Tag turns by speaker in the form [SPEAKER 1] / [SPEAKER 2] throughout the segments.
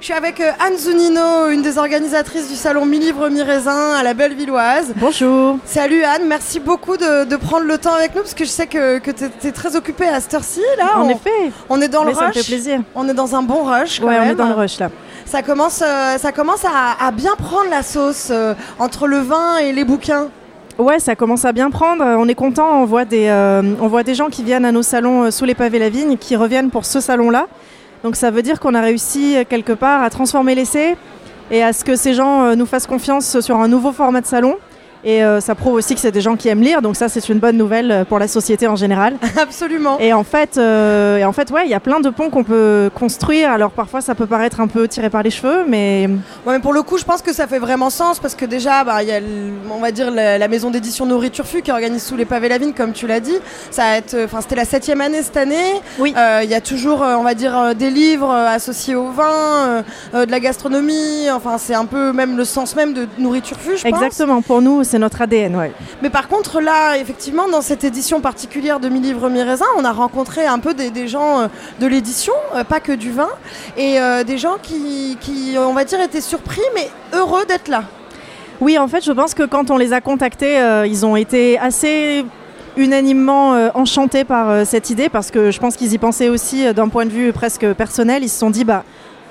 [SPEAKER 1] Je suis avec euh, Anne Zunino, une des organisatrices du salon Mi-Livre Mi-Raisin à la Belle-Villoise.
[SPEAKER 2] Bonjour.
[SPEAKER 1] Salut Anne, merci beaucoup de, de prendre le temps avec nous parce que je sais que, que tu es, très occupée à cette heure-ci. Là, Ah,
[SPEAKER 2] en
[SPEAKER 1] on,
[SPEAKER 2] effet.
[SPEAKER 1] on est dans
[SPEAKER 2] Mais
[SPEAKER 1] le
[SPEAKER 2] ça me
[SPEAKER 1] rush.
[SPEAKER 2] fait plaisir.
[SPEAKER 1] On est dans un bon rush quand
[SPEAKER 2] ouais, on
[SPEAKER 1] même.
[SPEAKER 2] est dans le rush là.
[SPEAKER 1] Ça commence, euh, ça commence à, à bien prendre la sauce euh, entre le vin et les bouquins.
[SPEAKER 2] Ouais, ça commence à bien prendre. On est content. On voit des, euh, on voit des gens qui viennent à nos salons euh, sous les pavés la vigne, qui reviennent pour ce salon-là. Donc ça veut dire qu'on a réussi euh, quelque part à transformer l'essai et à ce que ces gens euh, nous fassent confiance sur un nouveau format de salon. Et euh, ça prouve aussi que c'est des gens qui aiment lire. Donc ça, c'est une bonne nouvelle euh, pour la société en général.
[SPEAKER 1] Absolument.
[SPEAKER 2] Et en fait, euh, et en fait, ouais, il y a plein de ponts qu'on peut construire. Alors parfois, ça peut paraître un peu tiré par les cheveux, mais
[SPEAKER 1] Ouais, mais pour le coup, je pense que ça fait vraiment sens parce que déjà, bah, il y a, le- on va dire, la, la maison d'édition Nourriture Fu qui organise sous les pavés la vigne, comme tu l'as dit. Ça va être, euh, enfin, c'était la septième année cette année.
[SPEAKER 2] Oui.
[SPEAKER 1] Euh, Il y a toujours, euh, on va dire, euh, des livres euh, associés au vin, euh, euh, de la gastronomie. Enfin, c'est un peu même le sens même de Nourriture Fu, je pense.
[SPEAKER 2] Exactement, pour nous, c'est notre ADN. Ouais.
[SPEAKER 1] Mais par contre, là, effectivement, dans cette édition particulière de Mi Livre Mi Raisin, on a rencontré un peu des, des gens euh, de l'édition, euh, pas que du vin, et euh, des gens qui, qui, on va dire, étaient surpris mais heureux d'être là.
[SPEAKER 2] Oui, en fait, je pense que quand on les a contactés, euh, ils ont été assez unanimement euh, enchantés par euh, cette idée parce que je pense qu'ils y pensaient aussi euh, d'un point de vue presque personnel. Ils se sont dit, bah,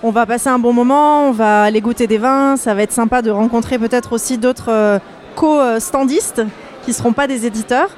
[SPEAKER 2] on va passer un bon moment, on va aller goûter des vins, ça va être sympa de rencontrer peut-être aussi d'autres euh, co-standistes qui ne seront pas des éditeurs.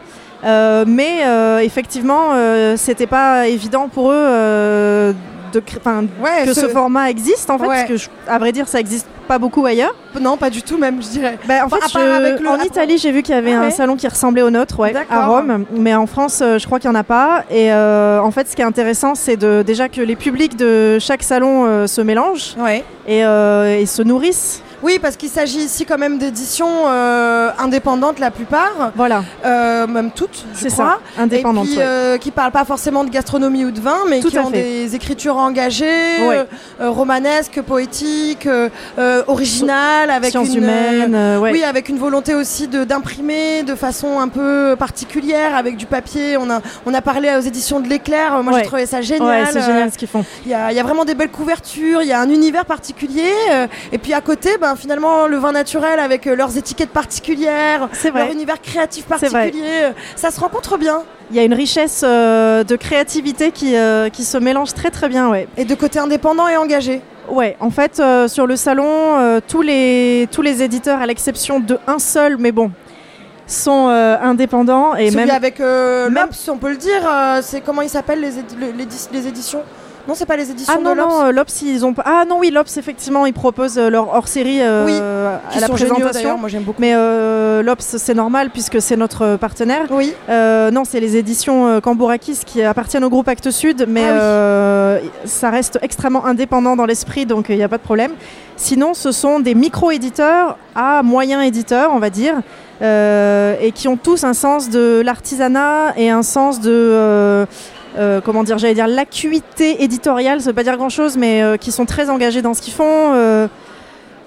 [SPEAKER 2] Euh, mais euh, effectivement, euh, c'était pas évident pour eux euh, de cré- 'fin,
[SPEAKER 1] Ouais,
[SPEAKER 2] que
[SPEAKER 1] ce-
[SPEAKER 2] ce format existe en fait,
[SPEAKER 1] Ouais.
[SPEAKER 2] parce que je- à vrai dire, ça existe pas beaucoup ailleurs.
[SPEAKER 1] Non, pas du tout même, je dirais.
[SPEAKER 2] Bah, en
[SPEAKER 1] Enfin,
[SPEAKER 2] fait,
[SPEAKER 1] à part
[SPEAKER 2] je-
[SPEAKER 1] avec le-
[SPEAKER 2] en
[SPEAKER 1] à-
[SPEAKER 2] Italie, j'ai vu qu'il y avait
[SPEAKER 1] Ah ouais.
[SPEAKER 2] un salon qui ressemblait au nôtre, ouais, à
[SPEAKER 1] D'accord.
[SPEAKER 2] Rome. Mais en France, euh, je crois qu'il n'y en a pas. Et euh, en fait, ce qui est intéressant, c'est de, déjà que les publics de chaque salon euh, se mélangent
[SPEAKER 1] Ouais.
[SPEAKER 2] et, euh, et se nourrissent.
[SPEAKER 1] Oui, parce qu'il s'agit ici quand même d'éditions euh, indépendantes la plupart,
[SPEAKER 2] Voilà,
[SPEAKER 1] euh, même toutes, je
[SPEAKER 2] c'est
[SPEAKER 1] crois.
[SPEAKER 2] ça, indépendante.
[SPEAKER 1] Et puis,
[SPEAKER 2] ouais.
[SPEAKER 1] euh, qui parlent pas forcément de gastronomie ou de vin, mais
[SPEAKER 2] Tout
[SPEAKER 1] qui
[SPEAKER 2] à
[SPEAKER 1] ont
[SPEAKER 2] fait.
[SPEAKER 1] des écritures engagées,
[SPEAKER 2] Ouais.
[SPEAKER 1] euh, euh, romanesques, poétiques, euh, euh, originales, avec
[SPEAKER 2] Sciences
[SPEAKER 1] une,
[SPEAKER 2] humaines, euh, ouais.
[SPEAKER 1] Oui, avec une volonté aussi de- d'imprimer de, façon un peu particulière, avec du papier. On a, on a parlé aux éditions de l'éclair, euh, moi
[SPEAKER 2] Ouais.
[SPEAKER 1] j'ai trouvé ça génial.
[SPEAKER 2] Ouais, c'est
[SPEAKER 1] euh,
[SPEAKER 2] génial ce qu'ils font.
[SPEAKER 1] Il y, a il y a vraiment des belles couvertures, il y a un univers particulier. euh, et puis à côté, ben, finalement, le vin naturel avec euh, leurs étiquettes particulières,
[SPEAKER 2] C'est
[SPEAKER 1] leur
[SPEAKER 2] vrai.
[SPEAKER 1] univers créatif
[SPEAKER 2] C'est vrai.
[SPEAKER 1] particulier. euh, Ça se rencontre bien.
[SPEAKER 2] Il y a une richesse euh, de créativité qui, euh, qui se mélange très très bien, ouais.
[SPEAKER 1] Et de côté indépendant et engagé.
[SPEAKER 2] Ouais, en fait, euh, sur le salon, euh, tous, les, tous les éditeurs, à l'exception de un seul, mais bon, sont euh, indépendants et
[SPEAKER 1] Celui
[SPEAKER 2] même.
[SPEAKER 1] avec euh,
[SPEAKER 2] même-
[SPEAKER 1] l'Obs, on peut le dire. euh, c'est comment ils s'appellent les, édi- le- les dis- les éditions Non, c'est pas les éditions
[SPEAKER 2] Ah
[SPEAKER 1] de
[SPEAKER 2] non,
[SPEAKER 1] l'Obs.
[SPEAKER 2] non, euh, l'Obs, ils ont. pas- Ah non, oui, l'Obs, effectivement, ils proposent euh, leur hors-série euh,
[SPEAKER 1] Oui,
[SPEAKER 2] à
[SPEAKER 1] qui
[SPEAKER 2] la
[SPEAKER 1] sont géniaux,
[SPEAKER 2] présentation.
[SPEAKER 1] d'ailleurs, Moi j'aime beaucoup.
[SPEAKER 2] mais euh, l'Obs, c'est normal puisque c'est notre partenaire.
[SPEAKER 1] Oui,
[SPEAKER 2] Euh, non, c'est les éditions euh, Cambourakis qui appartiennent au groupe Actes Sud, mais
[SPEAKER 1] Ah oui.
[SPEAKER 2] euh, ça reste extrêmement indépendant dans l'esprit, donc il n'y a pas de problème. Sinon, ce sont des micro-éditeurs à moyens éditeurs, on va dire, euh, et qui ont tous un sens de l'artisanat et un sens de... euh, euh, comment dire, j'allais dire l'acuité éditoriale, ça veut pas dire grand chose, mais euh, qui sont très engagés dans ce qu'ils font. euh,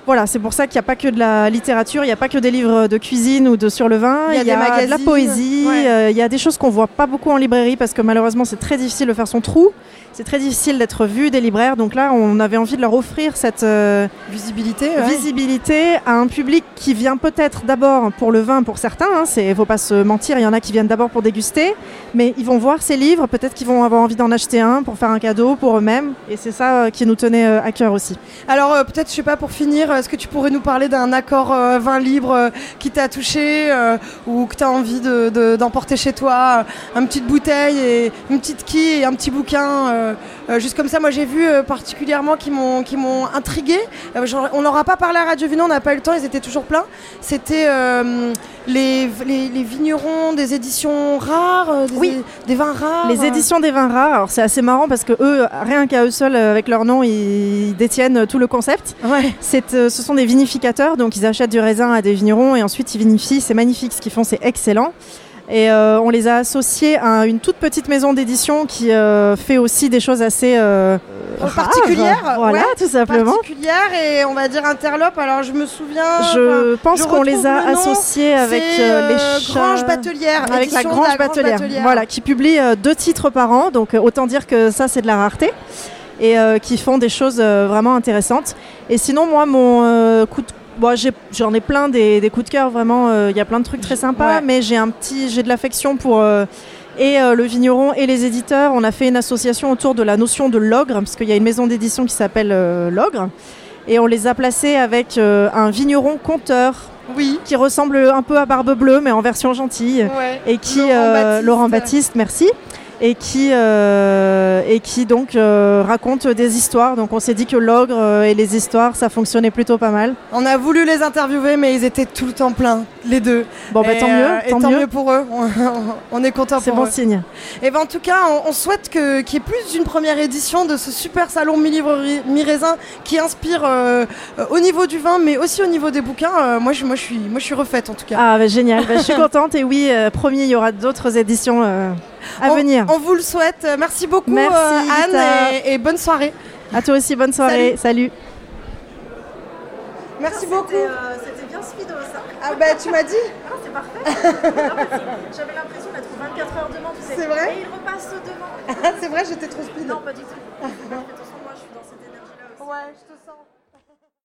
[SPEAKER 2] voilà, c'est pour ça qu'il n'y a pas que de la littérature, il n'y a pas que des livres de cuisine ou de sur le vin,
[SPEAKER 1] Il y a des
[SPEAKER 2] de la
[SPEAKER 1] magazines,
[SPEAKER 2] poésie,
[SPEAKER 1] ouais.
[SPEAKER 2] euh, il y a des choses qu'on voit pas beaucoup en librairie parce que malheureusement c'est très difficile de faire son trou, c'est très difficile d'être vu des libraires, donc là on avait envie de leur offrir cette euh,
[SPEAKER 1] visibilité. ouais.
[SPEAKER 2] visibilité à un public qui vient peut-être d'abord pour le vin pour certains, hein, c'est faut pas se mentir, il y en a qui viennent d'abord pour déguster, mais ils vont voir ces livres, peut-être qu'ils vont avoir envie d'en acheter un pour faire un cadeau pour eux-mêmes, et c'est ça euh, qui nous tenait euh, à cœur aussi.
[SPEAKER 1] Alors euh, peut-être, je sais pas, pour finir, est-ce que tu pourrais nous parler d'un accord euh, vin libre euh, qui t'a touché euh, ou que t'as envie de- de- d'emporter chez toi euh, Une petite bouteille, et une petite quille et un petit bouquin. euh, euh, juste comme ça, moi j'ai vu euh, particulièrement qui m'ont qui m'ont intrigué. Euh, j'en- on n'aura pas parlé à Radio Vino, on n'a pas eu le temps, ils étaient toujours pleins. C'était euh, les, les, les vignerons des éditions rares, euh, des,
[SPEAKER 2] Oui.
[SPEAKER 1] des vins rares.
[SPEAKER 2] Les
[SPEAKER 1] euh.
[SPEAKER 2] éditions des vins rares, alors c'est assez marrant parce que eux, rien qu'à eux seuls, euh, avec leur nom, ils détiennent euh, tout le concept.
[SPEAKER 1] Ouais.
[SPEAKER 2] C'est, euh, ce sont des vinificateurs, donc ils achètent du raisin à des vignerons et ensuite ils vinifient. C'est magnifique ce qu'ils font, c'est excellent. Et euh, on les a associés à une toute petite maison d'édition qui euh, fait aussi des choses assez euh, rares.
[SPEAKER 1] Particulières,
[SPEAKER 2] Voilà,
[SPEAKER 1] ouais,
[SPEAKER 2] tout simplement.
[SPEAKER 1] particulière et on va dire interlope. Alors je me souviens. enfin,
[SPEAKER 2] Je pense
[SPEAKER 1] je
[SPEAKER 2] qu'on les
[SPEAKER 1] retrouve
[SPEAKER 2] a
[SPEAKER 1] le nom,
[SPEAKER 2] associés avec
[SPEAKER 1] c'est,
[SPEAKER 2] euh, les
[SPEAKER 1] euh, Grange
[SPEAKER 2] chats-
[SPEAKER 1] Batelière.
[SPEAKER 2] avec la
[SPEAKER 1] édition de
[SPEAKER 2] Grange Batelière, voilà, qui publie euh, deux titres par an, donc euh, autant dire que ça c'est de la rareté. et euh, qui font des choses euh, vraiment intéressantes. Et sinon, moi, mon euh, coup de moi, j'ai- j'en ai, plein des, des coups de cœur, vraiment. euh, Il y a plein de trucs très sympas,
[SPEAKER 1] Ouais.
[SPEAKER 2] mais j'ai un petit, j'ai de l'affection pour euh, et euh, le vigneron et les éditeurs. On a fait une association autour de la notion de l'ogre, parce qu'il y a une maison d'édition qui s'appelle euh, l'ogre, et on les a placés avec euh, un vigneron conteur
[SPEAKER 1] Oui.
[SPEAKER 2] qui ressemble un peu à Barbe Bleue, mais en version gentille
[SPEAKER 1] Ouais.
[SPEAKER 2] et qui
[SPEAKER 1] Laurent
[SPEAKER 2] euh,
[SPEAKER 1] Baptiste.
[SPEAKER 2] Laurent Baptiste, merci, et qui euh, et qui donc euh, raconte des histoires. Donc on s'est dit que l'ogre euh, et les histoires, ça fonctionnait plutôt pas mal.
[SPEAKER 1] On a voulu les interviewer, mais ils étaient tout le temps pleins, les deux.
[SPEAKER 2] Bon, bah,
[SPEAKER 1] Et,
[SPEAKER 2] tant
[SPEAKER 1] euh,
[SPEAKER 2] mieux,
[SPEAKER 1] et
[SPEAKER 2] tant, mieux.
[SPEAKER 1] pour eux. On, on est content
[SPEAKER 2] C'est
[SPEAKER 1] pour
[SPEAKER 2] bon
[SPEAKER 1] eux.
[SPEAKER 2] signe.
[SPEAKER 1] Et ben en tout cas, on, on souhaite que- qu'il y ait plus d'une première édition de ce super salon mi-livre mi-raisin qui inspire euh, euh, au niveau du vin, mais aussi au niveau des bouquins. Euh, moi, je, moi, je suis, moi, je suis refaite en tout cas.
[SPEAKER 2] Ah, bah, génial. Bah, je suis contente. Et oui, euh, promis, il y aura d'autres éditions euh, à
[SPEAKER 1] On-
[SPEAKER 2] venir.
[SPEAKER 1] On vous le souhaite. Euh, Merci beaucoup,
[SPEAKER 2] Merci,
[SPEAKER 1] euh,
[SPEAKER 2] Lita.
[SPEAKER 1] Anne, et, et bonne soirée.
[SPEAKER 2] À toi aussi, bonne soirée. Salut.
[SPEAKER 1] Merci beaucoup.
[SPEAKER 2] C'était bien speedo ça.
[SPEAKER 1] Ah bah tu m'as dit
[SPEAKER 2] c'est parfait. J'avais l'impression d'être 24 heures devant.
[SPEAKER 1] sais. C'est vrai Et
[SPEAKER 2] il repasse devant.
[SPEAKER 1] C'est vrai, j'étais trop speed.
[SPEAKER 2] pas du tout. moi, je suis dans cette énergie-là aussi.
[SPEAKER 1] Ouais, je te sens.